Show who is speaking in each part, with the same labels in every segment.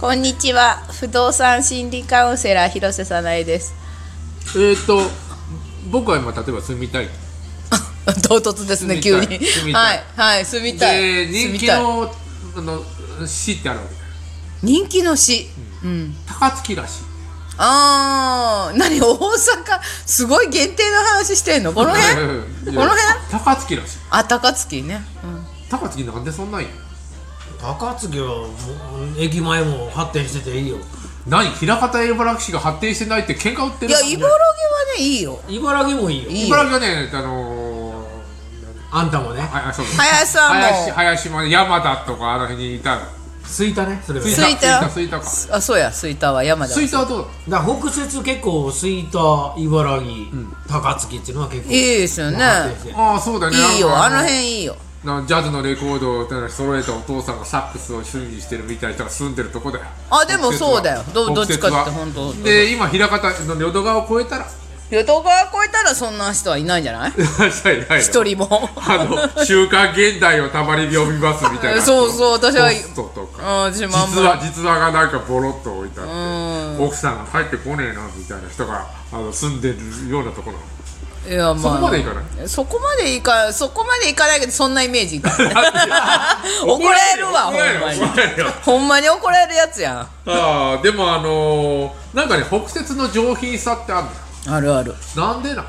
Speaker 1: こんにちは不動産心理カウンセラー広瀬さなえです
Speaker 2: えっと僕は今例えば住みたい
Speaker 1: 唐突ですね急
Speaker 2: 住
Speaker 1: に
Speaker 2: みたい住みた
Speaker 1: はいいはい住みたい
Speaker 2: で
Speaker 1: 住
Speaker 2: 人
Speaker 1: み
Speaker 2: 気
Speaker 1: たい
Speaker 2: のあの市ってあるわけだよ
Speaker 1: 人気の市うん
Speaker 2: 高槻らしい
Speaker 1: あー何大阪すごい限定の話してんのこの辺こ の辺
Speaker 2: 高槻らしい
Speaker 1: あ高槻ね、うん
Speaker 2: 高槻なんでそんなんや
Speaker 3: 高槻はもう駅前も発展してていいよ
Speaker 2: 何平方茨城市が発展してないって喧嘩売って
Speaker 1: い
Speaker 2: る
Speaker 1: や茨城はねいいよ
Speaker 3: 茨城もいいよ
Speaker 1: いいよ
Speaker 2: 茨城はねあのー
Speaker 3: あんたもね
Speaker 2: はあそうです
Speaker 1: 林さんも
Speaker 2: 林林もね山田とかあの辺にいたの
Speaker 3: すいたねそれは
Speaker 2: 吹
Speaker 3: だ
Speaker 2: い
Speaker 3: か
Speaker 2: た
Speaker 1: 吹いた
Speaker 2: 吹いたか
Speaker 1: あそうや吹田は山田
Speaker 2: 吹田はどうだ
Speaker 3: ら北節結構すいた茨城、高槻っていうのは結構
Speaker 1: いいですよね
Speaker 3: 発展してる
Speaker 2: ああそうだよね
Speaker 1: いいよ
Speaker 2: なんか
Speaker 1: あの辺いいよ
Speaker 2: なジャズのレコードを揃えたお父さんがサックスを趣味にしてるみたいな人が住んでるとこだよ
Speaker 1: あでもそうだよどどっ
Speaker 2: 北
Speaker 1: ち
Speaker 2: 節
Speaker 1: か
Speaker 2: は
Speaker 1: って本当本当
Speaker 2: で今枚方の淀川を越えたら
Speaker 1: 淀川越えたらそんな人はいないんじゃない
Speaker 2: いない
Speaker 1: 一人も
Speaker 2: あの「週刊現代」をたまに読みますみたい な
Speaker 1: そうそう私は
Speaker 2: ポストと
Speaker 1: うん
Speaker 2: か
Speaker 1: 私もあん
Speaker 2: 実
Speaker 1: ま
Speaker 2: は実話がなんかボロっと置いてあって奥さんが帰ってこねえなみたいな人があの住んでるようなところ
Speaker 1: りいやまあ
Speaker 2: そこまでいかない
Speaker 1: そこまでいかそこまでいかないけどそんなイメー ジいかない怒られるわほ
Speaker 2: 怒られ
Speaker 1: ん
Speaker 2: る
Speaker 1: まに
Speaker 2: 怒られるよ
Speaker 1: ほんまに怒られるやつや
Speaker 2: ああでもあのー、なんかね北節の上品さってある
Speaker 1: んあるある
Speaker 2: のなんでなん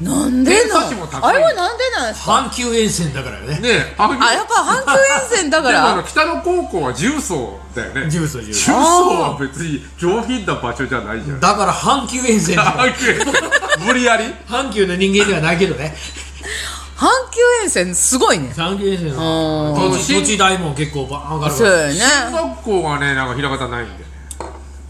Speaker 1: なんでな
Speaker 2: 偏差値も
Speaker 1: ん
Speaker 2: 高
Speaker 1: あ
Speaker 2: い
Speaker 1: れはなんでなんですか
Speaker 3: 阪急沿線だからね
Speaker 2: ねえあ
Speaker 1: あやっぱ阪急沿線だか
Speaker 2: でもあ の
Speaker 1: ら
Speaker 2: 北野高校は重曹だよね重
Speaker 3: ジュースジュース
Speaker 2: 曹は別に上品な場所じゃないじゃん
Speaker 3: だから阪急沿線だ から
Speaker 2: あ無理やり
Speaker 3: 阪急の人間ではないけどね
Speaker 1: 阪急沿線すごいね
Speaker 3: 阪急沿線
Speaker 1: う
Speaker 3: の
Speaker 1: ん
Speaker 2: ん
Speaker 3: 土地土地代も結構ば上がる
Speaker 1: そう
Speaker 3: わ
Speaker 1: よね
Speaker 2: 中学校はねなんか平方ないんだよね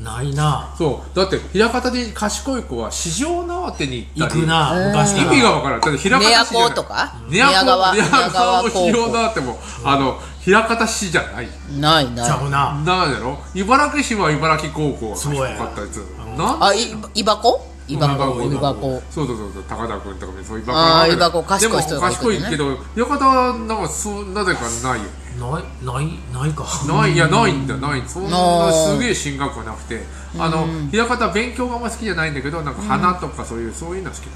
Speaker 3: ないな
Speaker 2: そうだって平方で賢い子は四条縄手に行
Speaker 3: 行
Speaker 2: ったり
Speaker 3: くな昔
Speaker 2: 意
Speaker 3: から
Speaker 2: 味がわからんだって平方
Speaker 1: 寝
Speaker 2: 市
Speaker 1: 屋
Speaker 2: じゃない
Speaker 1: 港とか
Speaker 2: 寝屋
Speaker 1: 川
Speaker 2: 港寝屋川も
Speaker 1: 高
Speaker 2: 四条
Speaker 1: 校
Speaker 2: 縄手もあの平方市じゃない
Speaker 1: ないない
Speaker 3: ちゃうな
Speaker 2: なんやろ茨城市は茨城高校が
Speaker 3: そうや
Speaker 2: 賢かったやつなん
Speaker 1: あいいばこいばこ
Speaker 2: うん
Speaker 1: いばこ
Speaker 2: そうそうそうそう高田君とかもそういば
Speaker 1: あー
Speaker 2: いば
Speaker 1: いばこ賢い人
Speaker 2: でも
Speaker 1: が多
Speaker 2: 賢
Speaker 1: い
Speaker 2: い
Speaker 1: け
Speaker 2: けど親方はなんかそうなぜかないよね
Speaker 3: ないないないか
Speaker 2: ないいやないんだよないそん
Speaker 1: あ
Speaker 2: な
Speaker 1: ー
Speaker 2: すげえ進学はなくてあの平方勉強があんま好きじゃないんだけどなんか花とかそういうそういうの好きだ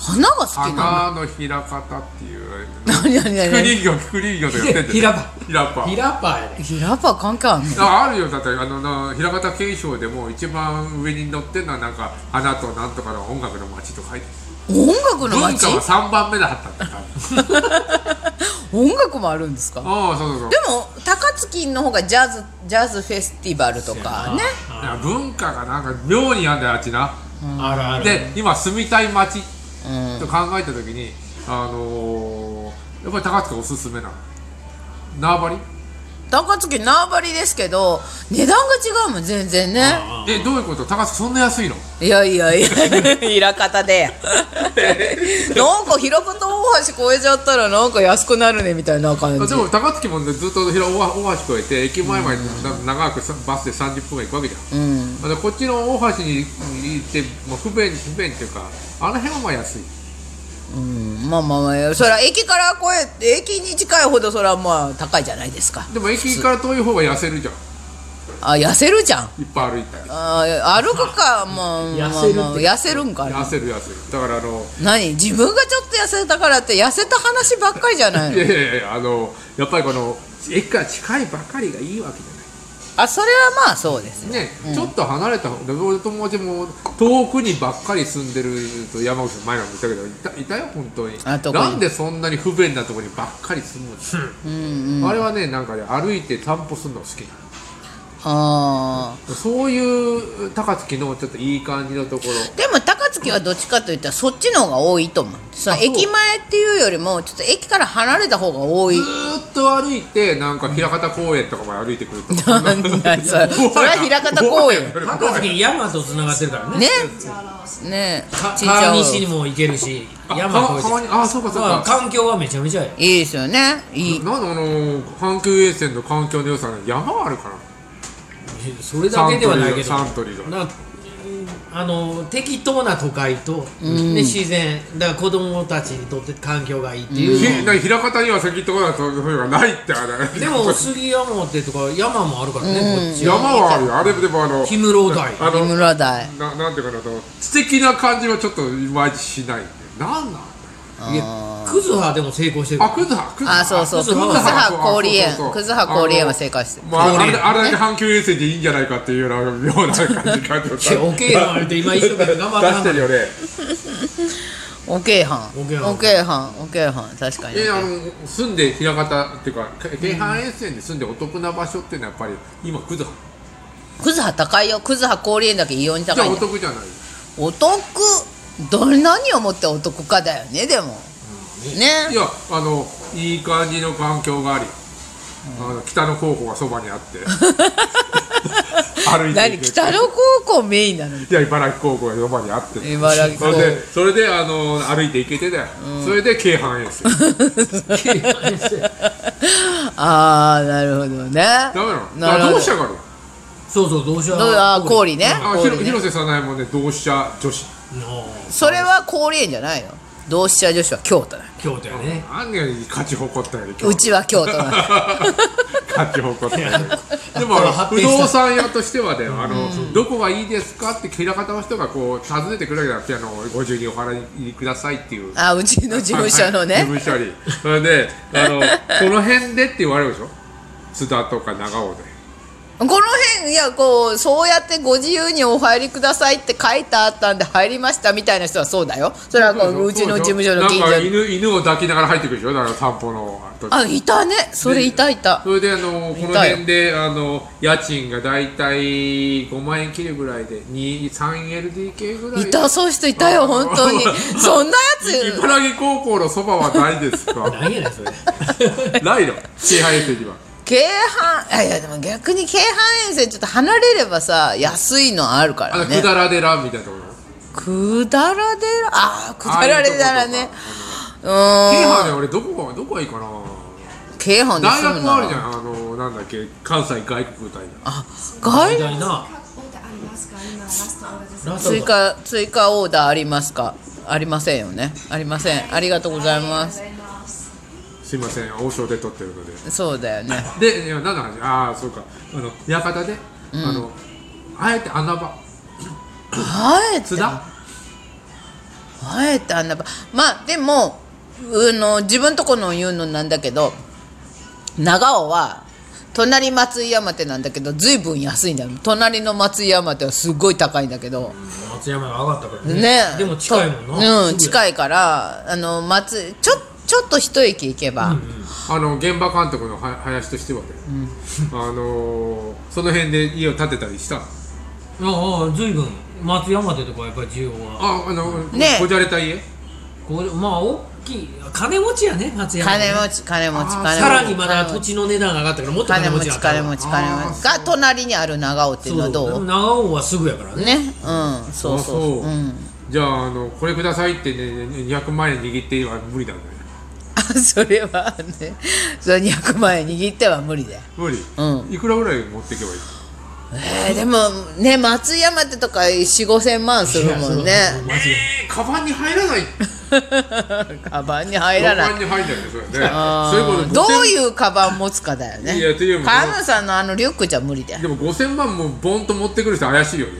Speaker 1: 花が好きな
Speaker 2: 花の平方っていう
Speaker 1: の 何何
Speaker 2: 菊
Speaker 1: 何
Speaker 2: 人形菊人形とかやってんじ
Speaker 3: ひ
Speaker 2: ゃ
Speaker 3: ら
Speaker 2: ん
Speaker 3: ば
Speaker 2: 平方
Speaker 3: ひらばやね
Speaker 1: 平場関係あんの
Speaker 2: ああるよだってあのな平方憲章でも一番上に載ってるのはなんか花となんとかの音楽の街とか書いてある
Speaker 1: 音楽の
Speaker 2: 文
Speaker 1: 街
Speaker 2: 化は三番目だったって感じ
Speaker 1: 音楽もあるんですか
Speaker 2: ああそうそうそう
Speaker 1: でも高槻の方がジャズジャズフェスティバルとかね
Speaker 2: いや文化がなんか妙にあんだよあっちな
Speaker 3: あるある
Speaker 2: で今住みたい街
Speaker 1: うん
Speaker 2: と考えた時にあのー、やっぱり高塚おすすめなの縄張り
Speaker 1: 高槻縄張りですけど値段が違うもん全然ね
Speaker 2: えどういうこと高塚そんな安いの
Speaker 1: いやいや いや平方でなんか平方大橋越えちゃったらなんか安くなるねみたいな感じ
Speaker 2: でも高槻もねずっと平大大橋越えて駅前までな長くさバスで30分間行くわけじゃん
Speaker 1: うん
Speaker 2: だからこっちの大橋に行って、まあ、不便不便っていうかあの辺はまあ安い
Speaker 1: うんまあまあまあそれは駅から越えて駅に近いほどそれはまあ高いじゃないですか
Speaker 2: でも駅から遠い方が痩せるじゃん
Speaker 1: あ痩せるじゃん
Speaker 2: いっぱい歩いたり
Speaker 1: あ歩くかまあ
Speaker 3: 痩
Speaker 1: まあ
Speaker 3: せるって
Speaker 1: まあ痩せるんかな
Speaker 2: 痩せる痩せるだからあの
Speaker 1: 何自分がちょっと痩せたからって痩せた話ばっかりじゃない
Speaker 2: いや
Speaker 1: の
Speaker 2: いやいやあのやっぱりこの駅から近いばかりがいいわけじゃ
Speaker 1: あそれはまあそうですね
Speaker 2: ないね、ちょっと離れた方俺の友達も遠くにばっかり住んでると山口の前も言ったけどいたいたよ本当に
Speaker 1: あどこに
Speaker 2: なんでそんなに不便なところにばっかり住むの、あれはねなんかね歩いて散歩するのが好きな
Speaker 1: あ
Speaker 2: のそういう高槻のちょっといい感じのところ
Speaker 1: ーでも高槻はどっちかといったらそっちの方が多いと思うその
Speaker 2: あそう
Speaker 1: 駅前っていうよりもちょっと駅から離れた方が多い
Speaker 2: ずーっと歩いてなんか平方公園とかまで歩いてくるとか
Speaker 1: 何何それそれは平方公園
Speaker 3: 高槻山とつながってるからね
Speaker 1: ねね
Speaker 3: か
Speaker 1: ちっちゃ
Speaker 3: 川
Speaker 1: い
Speaker 3: 西にも行けるし山
Speaker 2: 川
Speaker 3: 越
Speaker 2: 川
Speaker 3: え
Speaker 2: に
Speaker 3: て
Speaker 2: あそうかそう
Speaker 3: まあ
Speaker 2: か
Speaker 3: 環境はめちゃめちゃいい
Speaker 1: いいですよねいい
Speaker 2: なんであの阪急沿線の環境の良さに山があるから
Speaker 3: それだけではないけど
Speaker 2: サントリーがサントリー
Speaker 3: なあの適当な都会と、で自然だから子供たちにとって環境がいいっていうの、
Speaker 2: ひなんか平方には先っとこなそういうふうがないってあれ
Speaker 3: でも杉山ってとか山もあるからね、こっち
Speaker 2: 山はあるよあれでもあの
Speaker 3: 氷室台
Speaker 2: あ
Speaker 1: 三
Speaker 2: の
Speaker 1: 村台
Speaker 2: ななんていうかなと知的な感じはちょっといまいちしないんだよなんなん
Speaker 3: いやクズはでも成功してる
Speaker 2: あクズハクズハ
Speaker 1: あそうそう
Speaker 3: 葛
Speaker 1: 葛
Speaker 3: 葉
Speaker 1: 葉氷園
Speaker 2: そうそうそう
Speaker 1: 葛葉氷園は正解してる
Speaker 2: まあ、あ
Speaker 3: 氷
Speaker 2: れ
Speaker 3: 園
Speaker 2: あれだけ阪急沿線でいいんじゃないかっていうような妙な感じが出
Speaker 3: いやオッケーなって今一生懸命頑張ってはんの
Speaker 2: してるよね
Speaker 1: オケイハン
Speaker 3: オ
Speaker 1: オ
Speaker 3: ケ
Speaker 1: ケ
Speaker 3: イハン
Speaker 1: イハンオケイハン確かに
Speaker 2: えあの住んで平方っていうか京阪沿線で住んでお得な場所っていうのはやっぱり今クズハ
Speaker 1: 葛葉高いよ葛葉氷園だけ異様に
Speaker 2: じ
Speaker 1: 高
Speaker 2: ゃあ
Speaker 1: いん
Speaker 2: お
Speaker 1: だよ
Speaker 2: 得じゃない
Speaker 1: お得ど何をもってお得かだよねでも
Speaker 2: い
Speaker 1: ね
Speaker 2: やあのいい感じの環境があり、あの北の高校がそばにあって 歩いて
Speaker 1: 何
Speaker 2: いけて
Speaker 1: 北野高校メインなの
Speaker 2: いや茨城高校がそばにあって
Speaker 1: 茨城
Speaker 2: そ
Speaker 1: 高
Speaker 2: れ
Speaker 1: 校
Speaker 2: でそれであの歩いて行けてだよ、それで京阪沿線
Speaker 1: ああなるほどね
Speaker 2: ダメなの
Speaker 1: な
Speaker 2: だ
Speaker 1: るほど
Speaker 2: から同志社がある
Speaker 3: そうそうどうしよう
Speaker 1: どうあー氷ね
Speaker 2: あ
Speaker 1: 氷
Speaker 2: 広
Speaker 1: ね
Speaker 2: 広瀬早苗もね同志社女子
Speaker 1: それは氷園じゃないの同志社女子は京都だよ
Speaker 3: 京都やね
Speaker 2: あんねん勝ち誇ったより
Speaker 1: うちは京都なんだ
Speaker 2: 勝ち誇ったよりでもあの
Speaker 3: 発
Speaker 2: 不
Speaker 3: 展した
Speaker 2: 動産屋としてはねあのどこがいいですかって平方の人がこう訪ねてくるわけだってあのご自由にお払いくださいっていう
Speaker 1: あうちの事務所の
Speaker 2: はい
Speaker 1: ね
Speaker 2: 事務所にそれであのこの辺でって言われるでしょ津田とか長尾で
Speaker 1: この辺いやこうそうやってご自由にお入りくださいって書いてあったんで入りましたみたいな人はそうだよそれはこううちの事務所の近
Speaker 2: なん
Speaker 1: 所
Speaker 2: か
Speaker 1: に
Speaker 2: 犬犬を抱きながら入ってくるでしょだから散歩の時
Speaker 1: あいたねそれいたいた
Speaker 2: それであのこの
Speaker 1: たよ
Speaker 2: 辺であの家賃がだいたい5万円切るぐらいで 3LDK ぐらい
Speaker 1: いたそういう人いたよ本当 にそんなやつ
Speaker 2: 茨城高校のそばはないです か
Speaker 3: 何やねんそれ
Speaker 2: ないの支配席は
Speaker 1: 京阪あいやでも逆に京阪沿線ちょっと離れればさ安いのあるか
Speaker 2: あの
Speaker 1: らね
Speaker 2: くだらでらみたいなところ
Speaker 1: くだらでらあーくだらでらねう
Speaker 2: 京阪
Speaker 1: ーん
Speaker 2: ね俺どこがどこがいいかな
Speaker 1: 京阪で
Speaker 2: 大
Speaker 1: 住
Speaker 2: 学
Speaker 1: む
Speaker 2: もある
Speaker 1: な
Speaker 2: じゃ
Speaker 1: ら
Speaker 2: んあのなんだっけ関西外国大学
Speaker 1: あ外
Speaker 3: みたいなラス
Speaker 1: 追
Speaker 3: ト
Speaker 1: 加追加オーダーありますかありませんよねありませんありがとうございます
Speaker 2: すいません王将で撮ってるので
Speaker 1: そうだよね
Speaker 2: でいや何の話ああそうかあの館で、あのあえて穴場
Speaker 1: あえて
Speaker 2: 津田
Speaker 1: あえてあんなばまあでもうの自分とこの言うのなんだけど長尾は隣松井山手なんだけどずいぶん安いんだよ隣の松井山手はすごい高いんだけど
Speaker 3: 松山が上がったからね
Speaker 1: ね
Speaker 3: でも近いもんな
Speaker 1: うん
Speaker 3: い
Speaker 1: 近いからあの松ちょちょっと一駅行けば、
Speaker 2: あの現場監督のは林としてはね、あのーその辺で家を建てたりした
Speaker 3: ああ随分松山手とかやっぱり需要は
Speaker 2: ああの、
Speaker 1: ね
Speaker 2: こじゃれた家
Speaker 3: こうまあ大きい金持ちやね松山
Speaker 1: 金
Speaker 3: ね
Speaker 1: 持ち金持ち金持ち
Speaker 2: あー
Speaker 3: さらにま
Speaker 1: 金
Speaker 3: だ
Speaker 1: 持ち
Speaker 3: 土地の値段が上がったからもっと
Speaker 1: 金
Speaker 3: 金持
Speaker 1: 持
Speaker 3: ちや
Speaker 1: ち
Speaker 3: った
Speaker 1: 金持ち金
Speaker 2: あー
Speaker 1: 持ちが隣にある長尾っていうのはど
Speaker 3: そう
Speaker 1: う
Speaker 3: 長尾はすぐやからね
Speaker 1: ねうんそうそう
Speaker 2: あそう
Speaker 1: うん
Speaker 2: じゃああのこれくださいってね200万円握っては無理だね
Speaker 1: あそれはねそれ200万円握っては無理だよ
Speaker 2: 無理、
Speaker 1: う
Speaker 2: いくらぐらい持っていけばいい
Speaker 1: えーでもね松山手とか4 5 0 0万するもん ね
Speaker 3: いやそう間違いない
Speaker 2: カバンに入らない
Speaker 1: カバンに入らない
Speaker 2: カバンに入んないねそれねそういうこと
Speaker 1: どう
Speaker 2: う
Speaker 1: いうカバン持つかだよね
Speaker 2: いやというよりも
Speaker 1: カムさんのあのリュックじゃ無理だよ
Speaker 2: でも5000万もボンと持ってくる人怪しいよね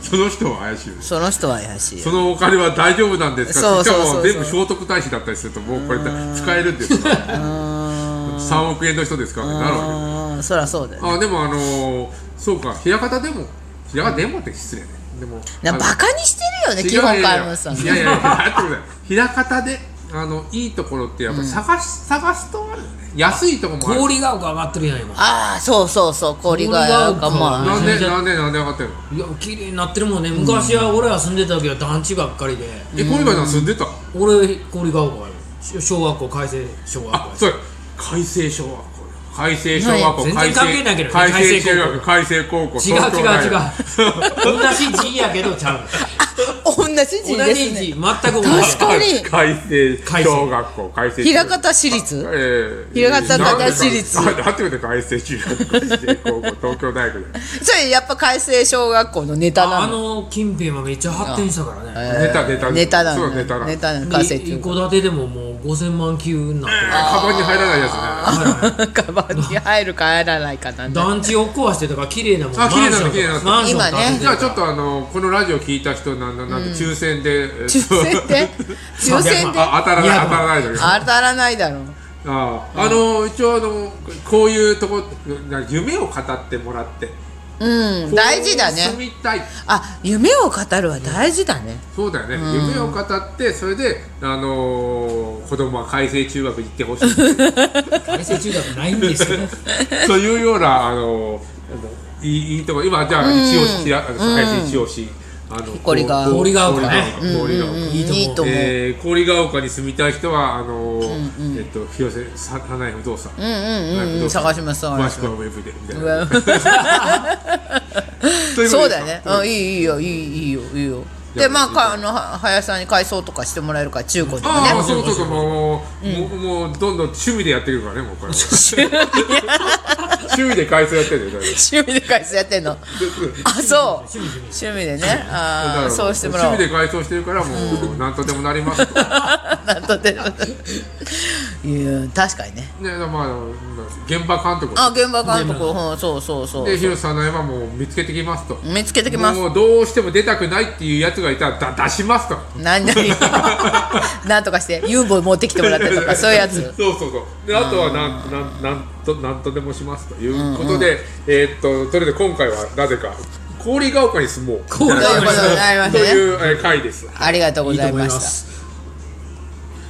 Speaker 2: そその人は怪しいよね
Speaker 1: その人は怪しいよ
Speaker 2: そのお金は大丈夫なんです
Speaker 1: そ
Speaker 2: か
Speaker 1: う
Speaker 2: し
Speaker 1: そう
Speaker 2: か
Speaker 1: そうそう
Speaker 2: も全部聖徳太子だったりするともうこれ使えるんですか3億円の人ですからねなるわけです
Speaker 1: うんそりゃそうだよね
Speaker 2: あでもあのー、そうか平方でも平方でもって失礼ねでも
Speaker 1: なバカにしてるよね基本カムさん
Speaker 2: いやいやいやいやだってことだよ平方であのいいところってやっぱり探し、探すとあるよね安いとこもある
Speaker 3: 氷が丘上がってるやん今
Speaker 1: ああそうそうそう氷がなんかまあ
Speaker 2: なん
Speaker 3: 氷
Speaker 2: で
Speaker 3: が
Speaker 2: なんでなんで上がってるの
Speaker 3: いや綺麗になってるもんね昔は俺ら住んでた時は団地ばっかりで
Speaker 2: え小岩さん住んでた、
Speaker 3: 俺氷が丘やし小学校改正小学校
Speaker 2: あ
Speaker 3: や
Speaker 2: そうや開成小学校開成小学校
Speaker 3: 全然
Speaker 2: 開成
Speaker 3: 関係ないけどね
Speaker 2: 開成小
Speaker 3: 開成高
Speaker 2: 学
Speaker 3: 校
Speaker 2: 開成高校
Speaker 3: 違う違う違
Speaker 2: 東
Speaker 3: う
Speaker 2: 京大学
Speaker 3: 同じ字やけどちゃう
Speaker 1: 同じ字
Speaker 3: 同
Speaker 1: で
Speaker 3: じ
Speaker 1: す
Speaker 3: 字全
Speaker 1: ね
Speaker 3: く同じ
Speaker 1: 確かに
Speaker 2: 改正
Speaker 3: 改正
Speaker 2: 小学校改正中
Speaker 1: 平方市立
Speaker 2: ええ
Speaker 1: 平方形立
Speaker 2: なんでなんで改正中学改正高校東京大学で
Speaker 1: それやっぱ改正小学校のネタ
Speaker 3: あ
Speaker 1: な
Speaker 3: あ
Speaker 1: の
Speaker 3: の近辺はめっちゃ発展したからね
Speaker 2: ネタネタ
Speaker 1: ネタな
Speaker 2: そ
Speaker 1: の
Speaker 2: うネタなの
Speaker 1: ネタなの改正
Speaker 3: で一
Speaker 1: 中
Speaker 3: 戸建てでももう5000万級になってる
Speaker 2: カバンに入らないやつね
Speaker 1: カバンに入るか入らないかなんで
Speaker 3: 団地を壊してとから綺麗なもん
Speaker 2: あ綺麗なの
Speaker 3: マンションとか
Speaker 2: 綺麗なの
Speaker 3: マンション建てて
Speaker 2: じゃあちょっとあのこのラジオ聞いた人なんなんなんて抽選でえっと
Speaker 1: 抽選で抽選で
Speaker 2: あ当たらない
Speaker 3: 200
Speaker 2: 当たらないだけど
Speaker 1: 当たらないだろう
Speaker 2: あああの一応あのこういうとこな夢を語ってもらって
Speaker 1: うん大事だ
Speaker 2: こう
Speaker 1: ね
Speaker 2: 住みたい
Speaker 1: あ夢を語るは大事だね
Speaker 2: そうだよね、夢を語ってそれで、あのー子供は開成中学に行ってほし い
Speaker 3: 改正中学ないんです よ
Speaker 2: というような、あのーあのいいいいとこ今じゃあ一押しひら開成一押しあの
Speaker 1: 氷川
Speaker 2: 氷川
Speaker 3: 氷川ね
Speaker 2: 氷川
Speaker 1: うん
Speaker 3: いいと思う
Speaker 1: いいと思う
Speaker 2: えー氷川丘に住みたい人はあのーえっと広瀬さ花井不動産
Speaker 1: うんうんうんうん探します探
Speaker 2: 詳
Speaker 1: しま
Speaker 2: しく
Speaker 1: す
Speaker 2: はウェブでみ たいな
Speaker 1: うわ
Speaker 2: といことで
Speaker 1: そうだよね。
Speaker 2: は
Speaker 1: う
Speaker 2: い
Speaker 1: ん、いいいいよ、いいいいよ、いいよ。
Speaker 2: じ
Speaker 1: で、
Speaker 2: ゃあ
Speaker 1: まあ、
Speaker 2: いい
Speaker 1: かあの、は林さんに改装とかしてもらえるから、中古でもね。
Speaker 2: ああそうそうそうもう、もうもうどんどん趣味でやってくるからねもうこれは 趣味で改装やってるんだよだいぶ
Speaker 1: 趣味で改装やってん の。あ、そう。趣味でね。
Speaker 2: だか
Speaker 1: あ
Speaker 2: ら
Speaker 1: あ、そうしてもらおう
Speaker 2: 趣。味で改装してるからもう何とでもなりますとね
Speaker 1: なんとでも。いや、確かにね。
Speaker 2: まああの現場監督
Speaker 1: あ、現場監督、うん、そうそうそ
Speaker 2: で
Speaker 1: う。
Speaker 2: 広瀬さんの山もう見つけてきますと
Speaker 1: 見つけてきます。
Speaker 2: もうどうしても出たくないっていうやつがいたらだ出しますと
Speaker 1: 何 何なんとかして、ユーボ持ってきてもらってとか、そういうやつ。
Speaker 2: そうそうそうであとはなんなんなんとなんとでもしますということで、えーっとそれで今回はなぜか氷が丘に住もう
Speaker 1: ということに
Speaker 2: と
Speaker 1: なりましたね。
Speaker 2: いうえー回です
Speaker 1: ありがとうございま
Speaker 3: いい
Speaker 1: し
Speaker 3: と思いま
Speaker 1: た
Speaker 3: す。